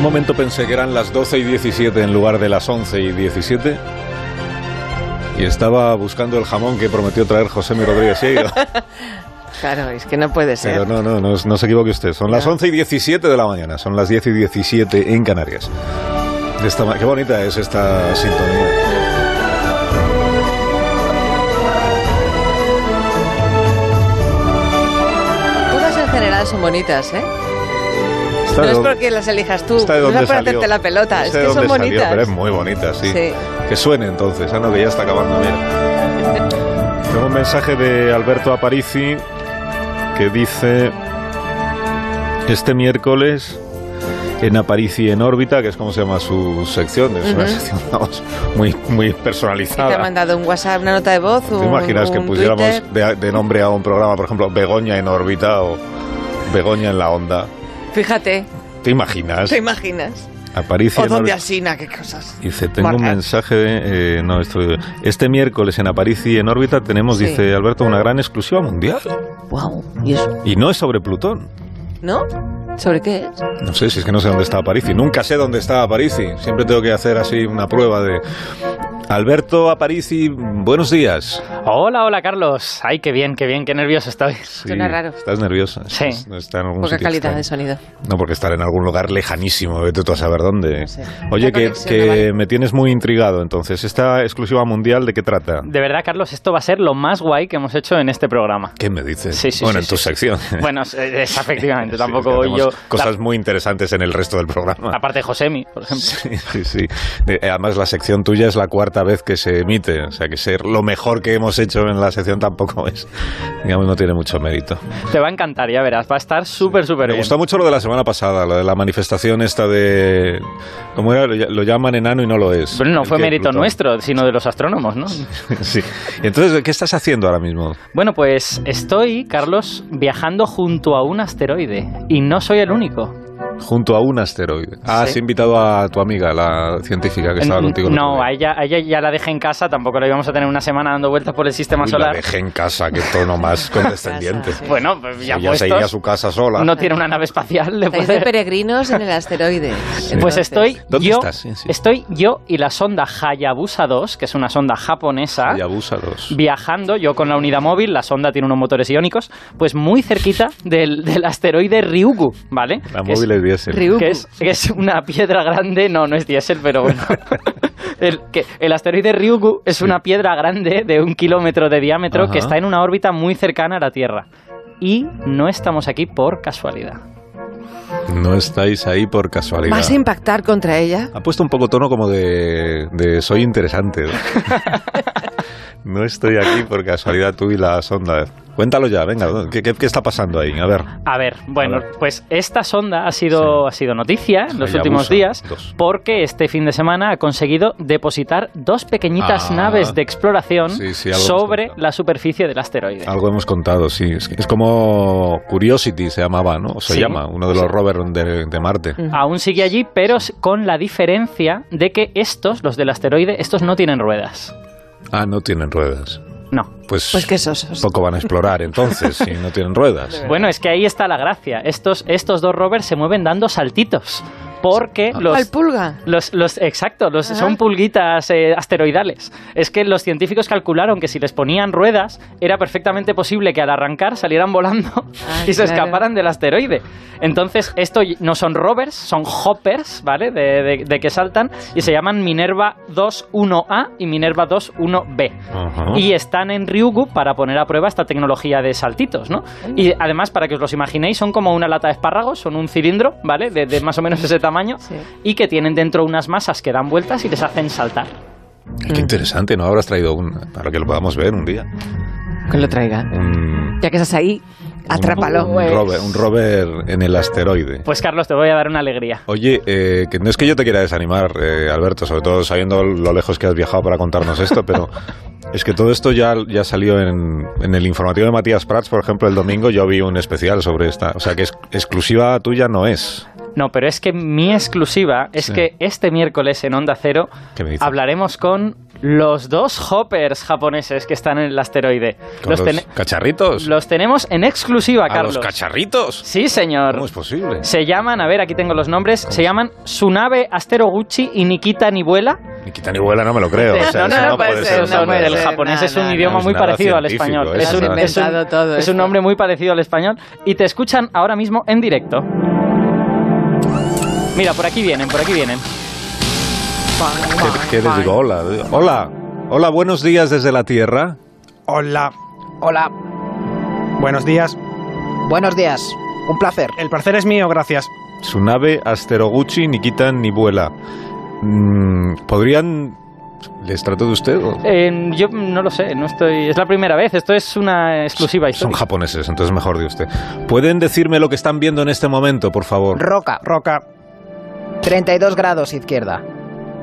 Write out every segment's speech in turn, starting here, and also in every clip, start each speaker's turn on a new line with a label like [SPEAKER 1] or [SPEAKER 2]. [SPEAKER 1] momento pensé que eran las 12 y 17 en lugar de las 11 y 17. Y estaba buscando el jamón que prometió traer José Mi Rodríguez Sieiro.
[SPEAKER 2] Claro, es que no puede ser.
[SPEAKER 1] Pero no, no, no, no se equivoque usted. Son las 11 y 17 de la mañana. Son las 10 y 17 en Canarias. Esta ma- qué bonita es esta sintonía.
[SPEAKER 2] Todas en general son bonitas, ¿eh?
[SPEAKER 1] Esta de
[SPEAKER 2] no es
[SPEAKER 1] dónde-
[SPEAKER 2] porque las elijas tú,
[SPEAKER 1] esta de
[SPEAKER 2] no es
[SPEAKER 1] dónde
[SPEAKER 2] para
[SPEAKER 1] salió.
[SPEAKER 2] hacerte la pelota, es
[SPEAKER 1] Esta de
[SPEAKER 2] que son
[SPEAKER 1] dónde salió,
[SPEAKER 2] bonitas.
[SPEAKER 1] pero es muy bonita, sí.
[SPEAKER 2] Sí.
[SPEAKER 1] Que suene entonces. Ah, no, que ya está acabando. Mira. Tengo un mensaje de Alberto Aparici que dice: Este miércoles. En Aparici en órbita, que es como se llama su sección, es una
[SPEAKER 2] Ujú.
[SPEAKER 1] sección vamos, muy, muy
[SPEAKER 2] ¿Qué te ha
[SPEAKER 1] personalizada.
[SPEAKER 2] mandado un WhatsApp, una nota de voz, un,
[SPEAKER 1] ¿Te imaginas que
[SPEAKER 2] un
[SPEAKER 1] pusiéramos
[SPEAKER 2] Twitter?
[SPEAKER 1] de, de nombre a un programa, por ejemplo, Begoña en órbita o Begoña en la onda?
[SPEAKER 2] Fíjate,
[SPEAKER 1] ¿Te imaginas?
[SPEAKER 2] ¿te imaginas?
[SPEAKER 1] Aparicio
[SPEAKER 2] O
[SPEAKER 1] en
[SPEAKER 2] donde
[SPEAKER 1] órbita.
[SPEAKER 2] asina, qué cosas.
[SPEAKER 1] Dice, tengo un
[SPEAKER 2] Marca.
[SPEAKER 1] mensaje de... eh, no, esto, este miércoles en Aparici en órbita tenemos,
[SPEAKER 2] Sí.
[SPEAKER 1] dice Alberto, una gran exclusiva mundial.
[SPEAKER 2] Wow, ¿y eso?
[SPEAKER 1] Y no es sobre Plutón.
[SPEAKER 2] ¿No? ¿Sobre qué es?
[SPEAKER 1] No sé, si es que no sé dónde está Aparici. Nunca sé dónde está Aparici. Siempre tengo que hacer así una prueba de... Alberto Aparici, buenos días.
[SPEAKER 3] Hola, hola Carlos. Ay, qué bien, qué bien, qué nervioso estoy.
[SPEAKER 2] Suena raro.
[SPEAKER 1] Estás nerviosa.
[SPEAKER 3] Sí.
[SPEAKER 1] Estás- está en algún
[SPEAKER 2] Poca
[SPEAKER 1] sitio
[SPEAKER 2] calidad
[SPEAKER 1] extraño.
[SPEAKER 2] de sonido.
[SPEAKER 1] No, porque estar en algún lugar lejanísimo, vete tú a saber dónde.
[SPEAKER 2] No sé.
[SPEAKER 1] Oye,
[SPEAKER 2] La
[SPEAKER 1] que,
[SPEAKER 2] conexión
[SPEAKER 1] que
[SPEAKER 2] no vale.
[SPEAKER 1] me tienes muy intrigado, entonces. ¿Esta exclusiva mundial de qué trata?
[SPEAKER 3] De verdad, Carlos, esto va a ser lo más guay que hemos hecho en este programa.
[SPEAKER 1] ¿Qué me dices?
[SPEAKER 3] Sí, sí,
[SPEAKER 1] bueno,
[SPEAKER 3] sí,
[SPEAKER 1] en tu
[SPEAKER 3] sí, sí.
[SPEAKER 1] sección.
[SPEAKER 3] Bueno, es- es- efectivamente,
[SPEAKER 1] Sí, es
[SPEAKER 3] tampoco
[SPEAKER 1] que
[SPEAKER 3] voy yo. Ah.
[SPEAKER 1] hacemos Cosas muy interesantes en el resto del programa.
[SPEAKER 3] Aparte de Josemi, por ejemplo.
[SPEAKER 1] Sí, sí, sí. De- Además, la sección tuya es la cuarta vez que se emite. O sea, que ser lo mejor que hemos hecho en la sección tampoco es. Digamos, no tiene mucho mérito.
[SPEAKER 3] Te va a encantar, ya verás. Va a estar súper, súper
[SPEAKER 1] Me
[SPEAKER 3] bien.
[SPEAKER 1] gustó mucho lo de la semana pasada, lo de la manifestación esta de. ¿Cómo era? Lo, ll- lo llaman enano y no lo es.
[SPEAKER 3] Pero no
[SPEAKER 1] El
[SPEAKER 3] fue
[SPEAKER 1] que
[SPEAKER 3] mérito
[SPEAKER 1] Plutón.
[SPEAKER 3] nuestro, sino de los astrónomos, ¿no?
[SPEAKER 1] Sí. Entonces, ¿qué estás haciendo ahora mismo?
[SPEAKER 3] Bueno, pues estoy, Carlos, viajando junto a un asteroide. Y no soy el único.
[SPEAKER 1] Junto a un asteroide. Ah, Has
[SPEAKER 3] Sí.
[SPEAKER 1] invitado a tu amiga, la científica que estaba
[SPEAKER 3] N-
[SPEAKER 1] contigo. el otro
[SPEAKER 3] no,
[SPEAKER 1] día.
[SPEAKER 3] a este ella, a ella ya la dejé en casa, tampoco la íbamos a tener una semana dando vueltas por el sistema
[SPEAKER 1] Uy, la
[SPEAKER 3] solar.
[SPEAKER 1] dejé en casa, qué tono más condescendiente.
[SPEAKER 2] Casa, sí.
[SPEAKER 3] Bueno, pues ya
[SPEAKER 1] Ella se
[SPEAKER 3] puestos.
[SPEAKER 1] iría a su casa sola.
[SPEAKER 3] no tiene una nave espacial. le
[SPEAKER 2] Estáis
[SPEAKER 3] puede-
[SPEAKER 2] de peregrinos en el asteroide.
[SPEAKER 3] Pues
[SPEAKER 2] Entonces,
[SPEAKER 3] estoy
[SPEAKER 1] ¿Dónde
[SPEAKER 3] yo,
[SPEAKER 1] estás? Sí, sí.
[SPEAKER 3] estoy yo y la sonda Hayabusa 2, que es una sonda japonesa,
[SPEAKER 1] Y abusa dos.
[SPEAKER 3] viajando yo con la unidad móvil, la sonda tiene unos motores iónicos, pues muy cerquita del, del asteroide Ryugu, ¿vale?
[SPEAKER 1] La
[SPEAKER 3] Que es-
[SPEAKER 1] móvil es diésel.
[SPEAKER 2] Ryugu.
[SPEAKER 3] que es, que es una piedra grande, no, no es diésel, pero bueno. El, que, el asteroide Ryugu es una piedra grande de un kilómetro de diámetro
[SPEAKER 1] Ajá.
[SPEAKER 3] que está en una órbita muy cercana a la Tierra. Y no estamos aquí por casualidad.
[SPEAKER 1] No estáis ahí por casualidad.
[SPEAKER 2] ¿Vas a impactar contra ella?
[SPEAKER 1] Ha puesto un poco tono como de, de soy interesante. ¿no? No estoy aquí por casualidad tú y la sonda. Cuéntalo ya, venga, ¿qué, qué- qué está pasando ahí? A ver.
[SPEAKER 3] A ver, bueno,
[SPEAKER 1] A ver.
[SPEAKER 3] pues esta sonda ha sido,
[SPEAKER 1] Sí.
[SPEAKER 3] ha sido noticia en los
[SPEAKER 1] Hayabusa
[SPEAKER 3] últimos días
[SPEAKER 1] dos.
[SPEAKER 3] porque este fin de semana ha conseguido depositar dos pequeñitas
[SPEAKER 1] Ah.
[SPEAKER 3] naves de exploración
[SPEAKER 1] Sí, sí, algo Ah.
[SPEAKER 3] sobre
[SPEAKER 1] hemos contado.
[SPEAKER 3] la superficie del asteroide.
[SPEAKER 1] Algo hemos contado, sí. Es, que- es como Curiosity se llamaba, ¿no? O se
[SPEAKER 3] Sí. Mm.
[SPEAKER 1] llama, uno de los rovers de, de Marte.
[SPEAKER 2] Ah.
[SPEAKER 3] Aún sigue allí, pero s- con la diferencia de que estos, los del asteroide, estos no tienen ruedas.
[SPEAKER 1] Ah, no tienen ruedas.
[SPEAKER 3] No.
[SPEAKER 1] Pues,
[SPEAKER 2] Pues qué sosos.
[SPEAKER 1] poco van a explorar entonces si no tienen ruedas.
[SPEAKER 3] Bueno, es que ahí está la gracia. Estos, estos dos rovers se mueven dando saltitos porque
[SPEAKER 1] Ah.
[SPEAKER 3] los...
[SPEAKER 2] ¿Al pulga?
[SPEAKER 3] Los, los, exacto, los,
[SPEAKER 2] Ajá.
[SPEAKER 3] son pulguitas eh, asteroidales. Es que los científicos calcularon que si les ponían ruedas, era perfectamente posible que al arrancar salieran volando
[SPEAKER 2] Ah,
[SPEAKER 3] y se
[SPEAKER 2] claro.
[SPEAKER 3] escaparan del asteroide. Entonces, esto y- no son rovers, son hoppers, ¿vale? De, de- de que saltan y se llaman Minerva 21A y Minerva 21B.
[SPEAKER 1] Ah. Ajá.
[SPEAKER 3] Y están en Ryugu para poner a prueba esta tecnología de saltitos, ¿no? Y además, para que os los imaginéis, son como una lata de espárragos, son un cilindro, ¿vale? De, de más o menos ese tamaño.
[SPEAKER 2] Sí.
[SPEAKER 3] Y que tienen dentro unas masas que dan vueltas y les hacen saltar.
[SPEAKER 1] Qué interesante, ¿no? Habrás traído un... para que lo podamos ver un día.
[SPEAKER 2] Que lo traiga.
[SPEAKER 1] Un,
[SPEAKER 2] Ya que estás ahí, atrápalo.
[SPEAKER 1] Un, rover, un rover en el asteroide.
[SPEAKER 3] Pues Carlos, te voy a dar una alegría.
[SPEAKER 1] Oye, eh, que no es que yo te quiera desanimar, eh, Alberto, sobre todo sabiendo lo lejos que has viajado para contarnos esto, pero es que todo esto ya, ya salió en, en el informativo de Matías Prats, por ejemplo, el domingo yo vi un especial sobre esta. O sea, que es, exclusiva tuya no es.
[SPEAKER 3] No, pero es que mi exclusiva es
[SPEAKER 1] Sí.
[SPEAKER 3] que este miércoles en Onda Cero
[SPEAKER 1] ¿Qué me dices?
[SPEAKER 3] hablaremos con Los dos hoppers japoneses que están en el asteroide.
[SPEAKER 1] Con los,
[SPEAKER 3] ten-
[SPEAKER 1] cacharritos.
[SPEAKER 3] los tenemos en exclusiva,
[SPEAKER 1] a los
[SPEAKER 3] Carlos.
[SPEAKER 1] cacharritos.
[SPEAKER 3] sí, señor.
[SPEAKER 1] ¿Cómo es posible?
[SPEAKER 3] Se llaman, a ver, aquí tengo los nombres, se llaman Tsunabe Asteroguchi y Nikita Nibuela.
[SPEAKER 1] Ni quita ni vuela, no me lo creo. O sea,
[SPEAKER 2] No, no,
[SPEAKER 1] eso
[SPEAKER 2] no
[SPEAKER 1] no puede ser,
[SPEAKER 2] puede ser,
[SPEAKER 1] no
[SPEAKER 2] no
[SPEAKER 1] puede
[SPEAKER 2] puede
[SPEAKER 1] ser.
[SPEAKER 3] el japonés
[SPEAKER 2] no,
[SPEAKER 3] es un
[SPEAKER 2] no,
[SPEAKER 3] idioma
[SPEAKER 1] no es
[SPEAKER 3] muy
[SPEAKER 1] nada
[SPEAKER 3] parecido al
[SPEAKER 1] científico,
[SPEAKER 3] español.
[SPEAKER 1] eso
[SPEAKER 3] Es un,
[SPEAKER 1] no
[SPEAKER 2] es
[SPEAKER 3] es un-
[SPEAKER 2] inventado todo
[SPEAKER 3] es un
[SPEAKER 2] esto.
[SPEAKER 3] nombre muy parecido al español y te escuchan ahora mismo en directo. Mira, por aquí vienen, por aquí vienen.
[SPEAKER 1] ¿Qué, qué les digo? Hola. Hola. Hola, buenos días desde la Tierra.
[SPEAKER 4] Hola,
[SPEAKER 5] Hola,
[SPEAKER 4] buenos días.
[SPEAKER 5] buenos días. Un placer.
[SPEAKER 4] El placer es mío, gracias.
[SPEAKER 1] Tsunave, Asteroguchi, ni quitan ni vuela. Mm, ¿Podrían... ¿Les trato de usted? o-
[SPEAKER 3] Eh, yo no lo sé, no estoy. Es la primera vez, esto es una exclusiva
[SPEAKER 1] Son
[SPEAKER 3] historia.
[SPEAKER 1] japoneses, entonces mejor de usted. ¿Pueden decirme lo que están viendo en este momento, por favor?
[SPEAKER 5] Roca,
[SPEAKER 4] Roca,
[SPEAKER 5] 32 grados izquierda.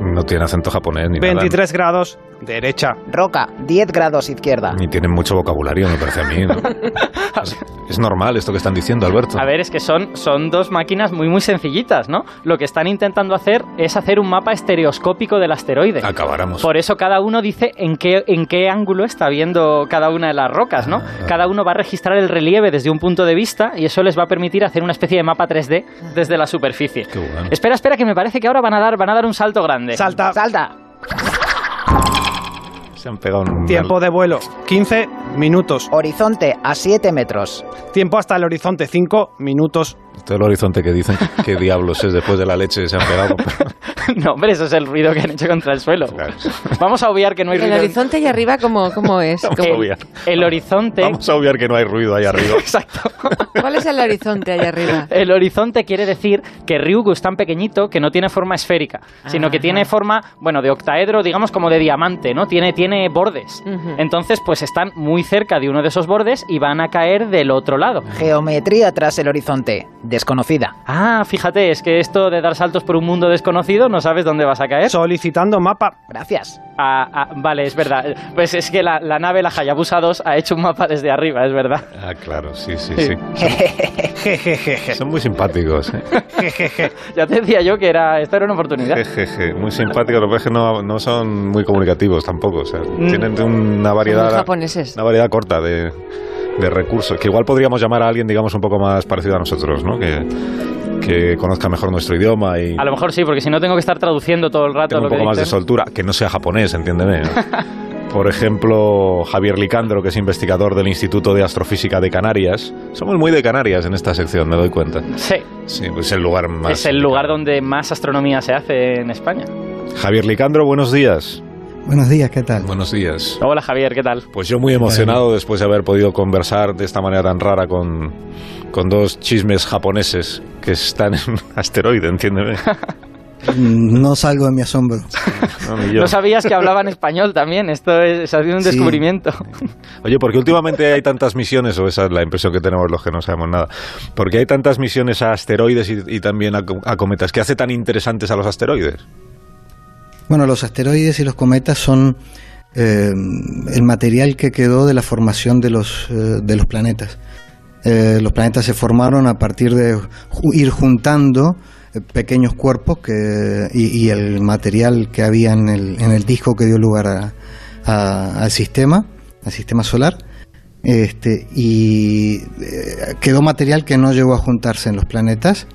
[SPEAKER 1] No tiene acento japonés ni nada.
[SPEAKER 4] 23 grados, derecha.
[SPEAKER 5] Roca, 10 grados izquierda.
[SPEAKER 1] Ni tienen mucho vocabulario, me parece a mí. ¿no? Es- Es normal esto que están diciendo, Alberto.
[SPEAKER 3] A ver, es que son, son dos máquinas muy muy sencillitas, ¿no? Lo que están intentando hacer es hacer un mapa estereoscópico del asteroide.
[SPEAKER 1] Ah, Acabáramos.
[SPEAKER 3] Por eso cada uno dice en qué, en qué ángulo está viendo cada una de las rocas,
[SPEAKER 1] Ah,
[SPEAKER 3] ¿no? Cada uno va a registrar el relieve desde un punto de vista y eso les va a permitir hacer una especie de mapa 3D desde la superficie.
[SPEAKER 1] Qué bueno.
[SPEAKER 3] Espera, espera, que me parece que ahora van a dar, van a dar un salto grande.
[SPEAKER 4] Salta,
[SPEAKER 5] Salta,
[SPEAKER 1] Se han pegado un...
[SPEAKER 4] tiempo de vuelo, 15 minutos.
[SPEAKER 5] horizonte a 7 metros.
[SPEAKER 4] Tiempo hasta el horizonte, 5 minutos.
[SPEAKER 1] Todo el horizonte que dicen, qué diablos es después de la leche que se han pegado.
[SPEAKER 3] no, hombre, eso es el ruido que han hecho contra el suelo. Vamos a obviar que no hay
[SPEAKER 2] El
[SPEAKER 3] ruido.
[SPEAKER 2] horizonte y arriba, ¿cómo, cómo es?
[SPEAKER 1] Vamos a
[SPEAKER 2] ¿Cómo-
[SPEAKER 1] obviar.
[SPEAKER 3] El horizonte.
[SPEAKER 1] Vamos a obviar que no hay ruido ahí arriba.
[SPEAKER 3] Exacto.
[SPEAKER 2] ¿Cuál es el horizonte allá arriba?
[SPEAKER 3] El horizonte quiere decir que Ryugu es tan pequeñito que no tiene forma esférica, sino que
[SPEAKER 2] Ajá.
[SPEAKER 3] tiene forma, bueno, de octaedro, digamos como de diamante, ¿no? Tiene, tiene bordes.
[SPEAKER 2] Ujú.
[SPEAKER 3] Entonces, pues están muy cerca de uno de esos bordes y van a caer del otro lado.
[SPEAKER 5] Geometría tras el horizonte, desconocida.
[SPEAKER 3] Ah, fíjate, es que esto de dar saltos por un mundo desconocido, no sabes dónde vas a caer.
[SPEAKER 4] Solicitando mapa.
[SPEAKER 5] Gracias.
[SPEAKER 3] Ah, ah, vale, es verdad. Pues es que la, la nave, la Hayabusa 2, ha hecho un mapa desde arriba, es verdad.
[SPEAKER 1] Ah, claro, sí, sí, sí.
[SPEAKER 4] Jejeje.
[SPEAKER 1] Son muy simpáticos. ¿eh?
[SPEAKER 3] Ya te decía yo que era, esto era una oportunidad.
[SPEAKER 1] Jejeje, muy simpáticos. Los peces no, no son muy comunicativos tampoco. o sea, tienen una
[SPEAKER 2] Son muy
[SPEAKER 1] variedad,
[SPEAKER 2] japoneses.
[SPEAKER 1] una variedad corta de, de recursos. Que igual podríamos llamar a alguien, digamos, un poco más parecido a nosotros, ¿no? Que, que conozca mejor nuestro idioma y
[SPEAKER 3] A lo mejor sí, porque si no tengo que estar traduciendo todo el rato
[SPEAKER 1] tenga
[SPEAKER 3] lo
[SPEAKER 1] un
[SPEAKER 3] que
[SPEAKER 1] poco más de
[SPEAKER 3] dicen.
[SPEAKER 1] soltura. Que no sea japonés, entiéndeme. ¿no? Por ejemplo, Javier Licandro, que es investigador del Instituto de Astrofísica de Canarias. Somos muy de Canarias en esta sección, me doy cuenta.
[SPEAKER 3] Sí,
[SPEAKER 1] Sí, pues es el lugar más.
[SPEAKER 3] es el lugar donde más astronomía se hace en España.
[SPEAKER 1] Javier Licandro, buenos días.
[SPEAKER 6] Buenos días, ¿qué tal?
[SPEAKER 1] Buenos días.
[SPEAKER 3] Hola Javier, ¿qué tal?
[SPEAKER 1] Pues yo muy emocionado después de haber podido conversar de esta manera tan rara con, con dos chismes japoneses que están en un asteroide, entiéndeme.
[SPEAKER 6] Mm, No salgo de mi asombro.
[SPEAKER 1] No, ni yo.
[SPEAKER 3] No sabías que hablaban español también, esto es, ha sido un
[SPEAKER 6] Sí.
[SPEAKER 3] descubrimiento.
[SPEAKER 1] Oye, porque últimamente hay tantas misiones, o esa es la impresión que tenemos los que no sabemos nada, porque hay tantas misiones a asteroides y, y también a, co- a cometas, que hace tan interesantes a los asteroides?
[SPEAKER 6] Bueno, los asteroides y los cometas son eh, el material que quedó de la formación de los, eh, de los planetas. Eh, los planetas se formaron a partir de ju- ir juntando eh, pequeños cuerpos que, y, y el material que había en el, en el disco que dio lugar a- a- al sistema, al sistema solar. Este, y eh, quedó material que no llegó a juntarse en los planetas.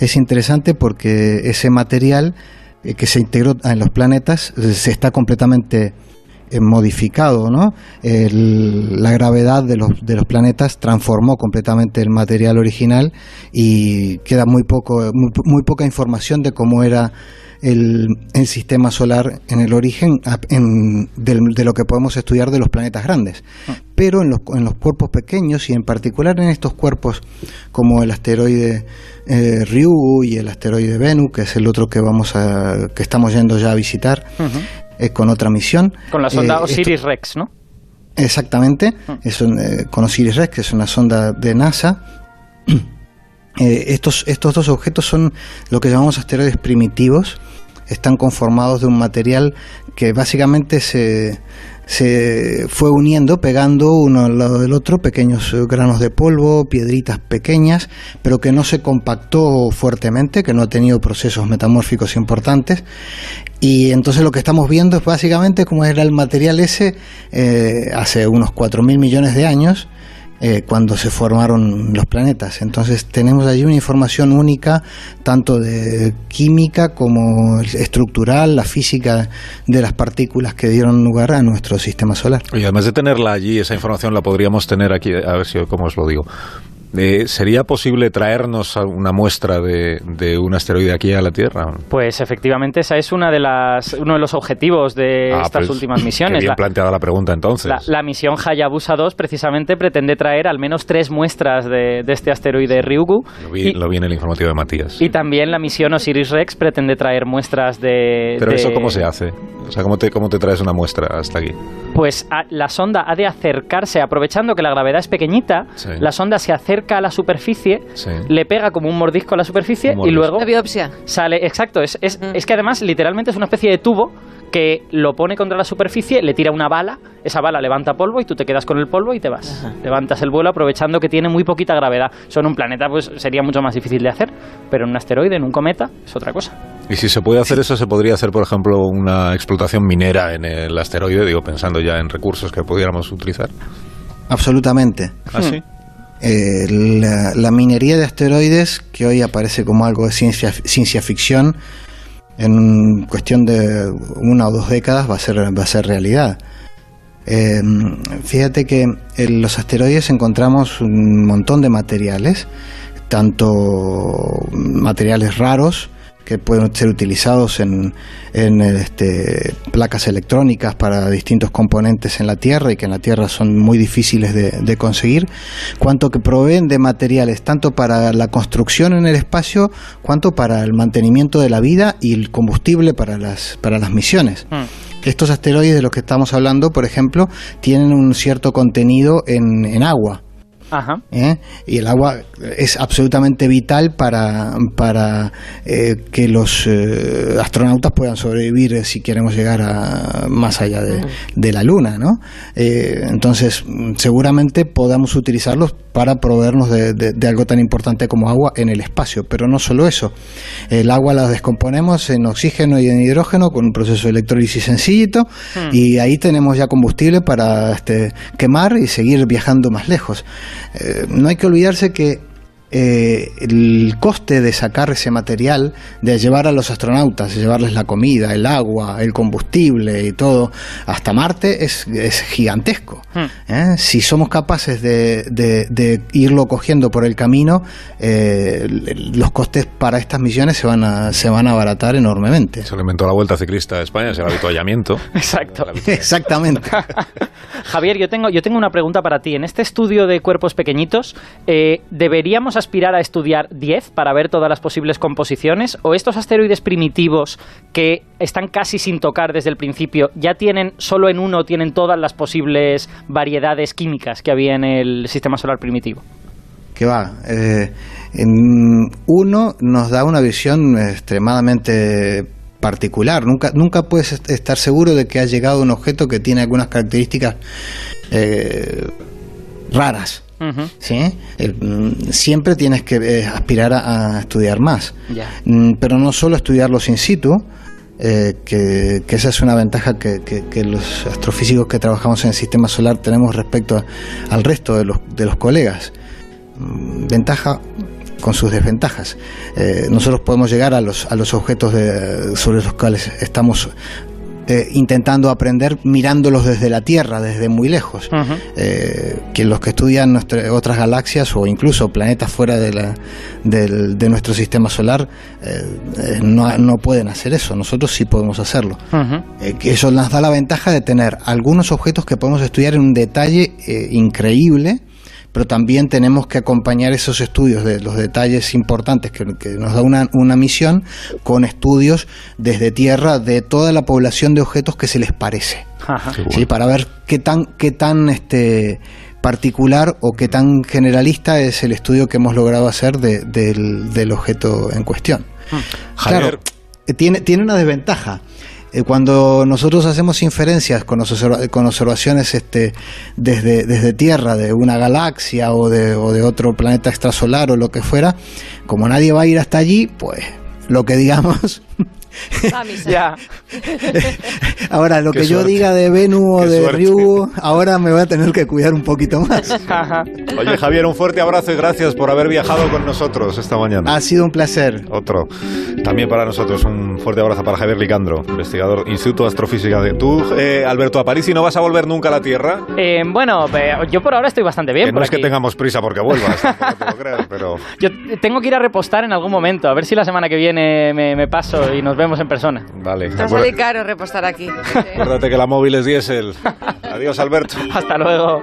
[SPEAKER 6] Es interesante porque ese material eh, que se integró en los planetas eh, se está completamente eh, modificado, ¿no? El- la gravedad de los, de los planetas transformó completamente el material original y queda muy, poco, muy, po- muy poca información de cómo era el, el sistema solar en el origen a- en- del- de lo que podemos estudiar de los planetas grandes.
[SPEAKER 3] Ah.
[SPEAKER 6] Pero en los, en los cuerpos pequeños y en particular en estos cuerpos como el asteroide eh, Ryugu y el asteroide Venu, que es el otro que, vamos a, que estamos yendo ya a visitar eh, con otra misión.
[SPEAKER 3] Con la sonda
[SPEAKER 6] Eh, esto-
[SPEAKER 3] Osiris Rex, ¿no?
[SPEAKER 6] Exactamente, es un, eh, con Osiris-Rex, que es una sonda de NASA. Eh, estos, estos dos objetos son lo que llamamos asteroides primitivos. Están conformados de un material que básicamente se, se fue uniendo, pegando uno al lado del otro, pequeños eh, granos de polvo, piedritas pequeñas, pero que no se compactó fuertemente, que no ha tenido procesos metamórficos importantes, Y entonces lo que estamos viendo es básicamente cómo era el material ese eh, hace unos 4.000 millones de años, eh, cuando se formaron los planetas. Entonces tenemos allí una información única, tanto de química como estructural, la física de las partículas que dieron lugar a nuestro sistema solar.
[SPEAKER 1] Y además de tenerla allí, esa información la podríamos tener aquí, a ver si cómo os lo digo. Eh, ¿Sería posible traernos a una muestra de, de un asteroide aquí a la Tierra?
[SPEAKER 3] Pues efectivamente, esa es una de las, uno de los objetivos de
[SPEAKER 1] Ah,
[SPEAKER 3] estas
[SPEAKER 1] pues,
[SPEAKER 3] últimas
[SPEAKER 1] qué
[SPEAKER 3] misiones.
[SPEAKER 1] bien
[SPEAKER 3] La-
[SPEAKER 1] planteada la pregunta entonces.
[SPEAKER 3] La, la misión Hayabusa 2 precisamente pretende traer al menos tres muestras de, de este asteroide Ryugu.
[SPEAKER 1] lo, vi,
[SPEAKER 3] y,
[SPEAKER 1] lo vi en el informativo de Matías.
[SPEAKER 3] y también la misión Osiris Rex pretende traer muestras de.
[SPEAKER 1] Pero
[SPEAKER 3] de-
[SPEAKER 1] eso cómo se hace? O sea, ¿cómo te, cómo te traes una muestra hasta aquí?
[SPEAKER 3] Pues a- la sonda ha de acercarse, aprovechando que la gravedad es pequeñita,
[SPEAKER 1] Sí.
[SPEAKER 3] la sonda se acerca a la superficie,
[SPEAKER 1] Sí.
[SPEAKER 3] le pega como un mordisco a la superficie
[SPEAKER 1] Un
[SPEAKER 3] y
[SPEAKER 1] mordisco.
[SPEAKER 3] luego
[SPEAKER 2] La biopsia.
[SPEAKER 3] sale. Exacto, es, es,
[SPEAKER 2] Mm.
[SPEAKER 3] es que además literalmente es una especie de tubo que lo pone contra la superficie, le tira una bala, esa bala levanta polvo y tú te quedas con el polvo y te vas. Levantas el vuelo aprovechando que tiene muy poquita gravedad. Son un planeta, pues sería mucho más difícil de hacer, pero en un asteroide, en un cometa, es otra cosa.
[SPEAKER 1] Y si se puede hacer eso, se podría hacer, por ejemplo, una explotación minera en el asteroide, digo, pensando ya en recursos que pudiéramos utilizar.
[SPEAKER 6] Absolutamente.
[SPEAKER 1] ¿Ah, sí?
[SPEAKER 6] Eh, la, la minería de asteroides, que hoy aparece como algo de ciencia, ciencia ficción, en cuestión de una o dos décadas va a ser, va a ser realidad. Eh, fíjate que en los asteroides encontramos un montón de materiales, tanto materiales raros que pueden ser utilizados en, en, este, placas electrónicas para distintos componentes en la Tierra y que en la Tierra son muy difíciles de, de conseguir, cuanto que proveen de materiales tanto para la construcción en el espacio, cuanto para el mantenimiento de la vida y el combustible para las, para las misiones.
[SPEAKER 3] Mm.
[SPEAKER 6] Estos asteroides de los que estamos hablando, por ejemplo, tienen un cierto contenido en, en agua.
[SPEAKER 3] Ajá.
[SPEAKER 6] ¿eh? Y el agua es absolutamente vital para, para eh, que los eh, astronautas puedan sobrevivir eh, si queremos llegar a, más allá de, de la Luna. ¿no? Eh, entonces, mm, seguramente podamos utilizarlos para proveernos de, de- de algo tan importante como agua en el espacio. Pero no solo eso. El agua la descomponemos en oxígeno y en hidrógeno con un proceso de electrólisis sencillito y ahí tenemos ya combustible para este, quemar y seguir viajando más lejos. Eh, no hay que olvidarse que eh, el coste de sacar ese material, de llevar a los astronautas, llevarles la comida, el agua, el combustible y todo hasta Marte es, es gigantesco. ¿eh? Si somos capaces de, de- de irlo cogiendo por el camino, eh, los costes para estas misiones se van a, se van a abaratar enormemente.
[SPEAKER 1] Se lo inventó la Vuelta Ciclista de España, es el habituallamiento.
[SPEAKER 3] Exacto.
[SPEAKER 6] Exactamente.
[SPEAKER 3] Javier, yo tengo, yo tengo una pregunta para ti. En este estudio de cuerpos pequeñitos, eh, ¿deberíamos aspirar a estudiar 10 para ver todas las posibles composiciones? ¿O estos asteroides primitivos que están casi sin tocar desde el principio, ya tienen, solo en uno tienen todas las posibles variedades químicas que había en el sistema solar primitivo?
[SPEAKER 6] Que va. eh, en uno nos da una visión extremadamente particular. Nunca, nunca puedes est- estar seguro de que ha llegado un objeto que tiene algunas características eh, raras.
[SPEAKER 3] Ujú.
[SPEAKER 6] ¿sí? El- mm, siempre tienes que eh, aspirar a, a estudiar más.
[SPEAKER 3] Ya.
[SPEAKER 6] Mm, pero no solo estudiarlos in situ, eh, que, que esa es una ventaja que, que- que los astrofísicos que trabajamos en el sistema solar tenemos respecto a- al resto de los, de los colegas. Mm, Ventaja con sus desventajas. Eh, nosotros podemos llegar a los, a los objetos de- sobre los cuales estamos eh, intentando aprender mirándolos desde la Tierra, desde muy lejos
[SPEAKER 3] Ujú.
[SPEAKER 6] eh, que los que estudian nuestra- otras galaxias o incluso planetas fuera de, la, del- de nuestro sistema solar eh, eh, no, no pueden hacer eso, nosotros sí podemos hacerlo.
[SPEAKER 3] Ujú.
[SPEAKER 6] Eh, que eso nos da la ventaja de tener algunos objetos que podemos estudiar en un detalle eh, increíble, pero también tenemos que acompañar esos estudios de los detalles importantes que, que nos da una, una misión con estudios desde Tierra de toda la población de objetos que se les parece.
[SPEAKER 3] Ajá.
[SPEAKER 6] Sí, para ver qué tan, qué tan este, particular o qué tan generalista es el estudio que hemos logrado hacer de- del, del objeto en cuestión.
[SPEAKER 1] Javier.
[SPEAKER 6] Claro, eh, tiene, tiene una desventaja. Eh, Cuando nosotros hacemos inferencias con, los observa- con observaciones este, desde, desde Tierra, de una galaxia o de, o de otro planeta extrasolar o lo que fuera, como nadie va a ir hasta allí, pues lo que digamos
[SPEAKER 2] Va a misa.
[SPEAKER 3] Ya.
[SPEAKER 6] Ahora, lo
[SPEAKER 1] Qué
[SPEAKER 6] que yo
[SPEAKER 1] suerte.
[SPEAKER 6] diga de Venus o
[SPEAKER 1] Qué
[SPEAKER 6] de
[SPEAKER 1] suerte.
[SPEAKER 6] Ryugu, ahora me voy a tener que cuidar un poquito más.
[SPEAKER 3] Ajá.
[SPEAKER 1] Oye, Javier, un fuerte abrazo y gracias por haber viajado con nosotros esta mañana.
[SPEAKER 3] Ah,
[SPEAKER 6] Ha sido un placer.
[SPEAKER 1] Otro. También para nosotros, un fuerte abrazo para Javier Licandro, investigador Instituto de Astrofísica de Tú, eh, Alberto, a París y no vas a volver nunca a la Tierra.
[SPEAKER 3] Eh, bueno, eh, yo por ahora estoy bastante bien.
[SPEAKER 1] Que no
[SPEAKER 3] por
[SPEAKER 1] es que
[SPEAKER 3] aquí.
[SPEAKER 1] tengamos prisa porque vuelvas, tampoco te lo creas, pero
[SPEAKER 3] Yo tengo que ir a repostar en algún momento, a ver si la semana que viene me, me paso y nos vemos en persona.
[SPEAKER 1] vale.
[SPEAKER 2] Te va a salir caro repostar aquí.
[SPEAKER 3] ¿eh?
[SPEAKER 1] Acuérdate que la móvil es diésel. Adiós, Alberto.
[SPEAKER 3] Hasta luego.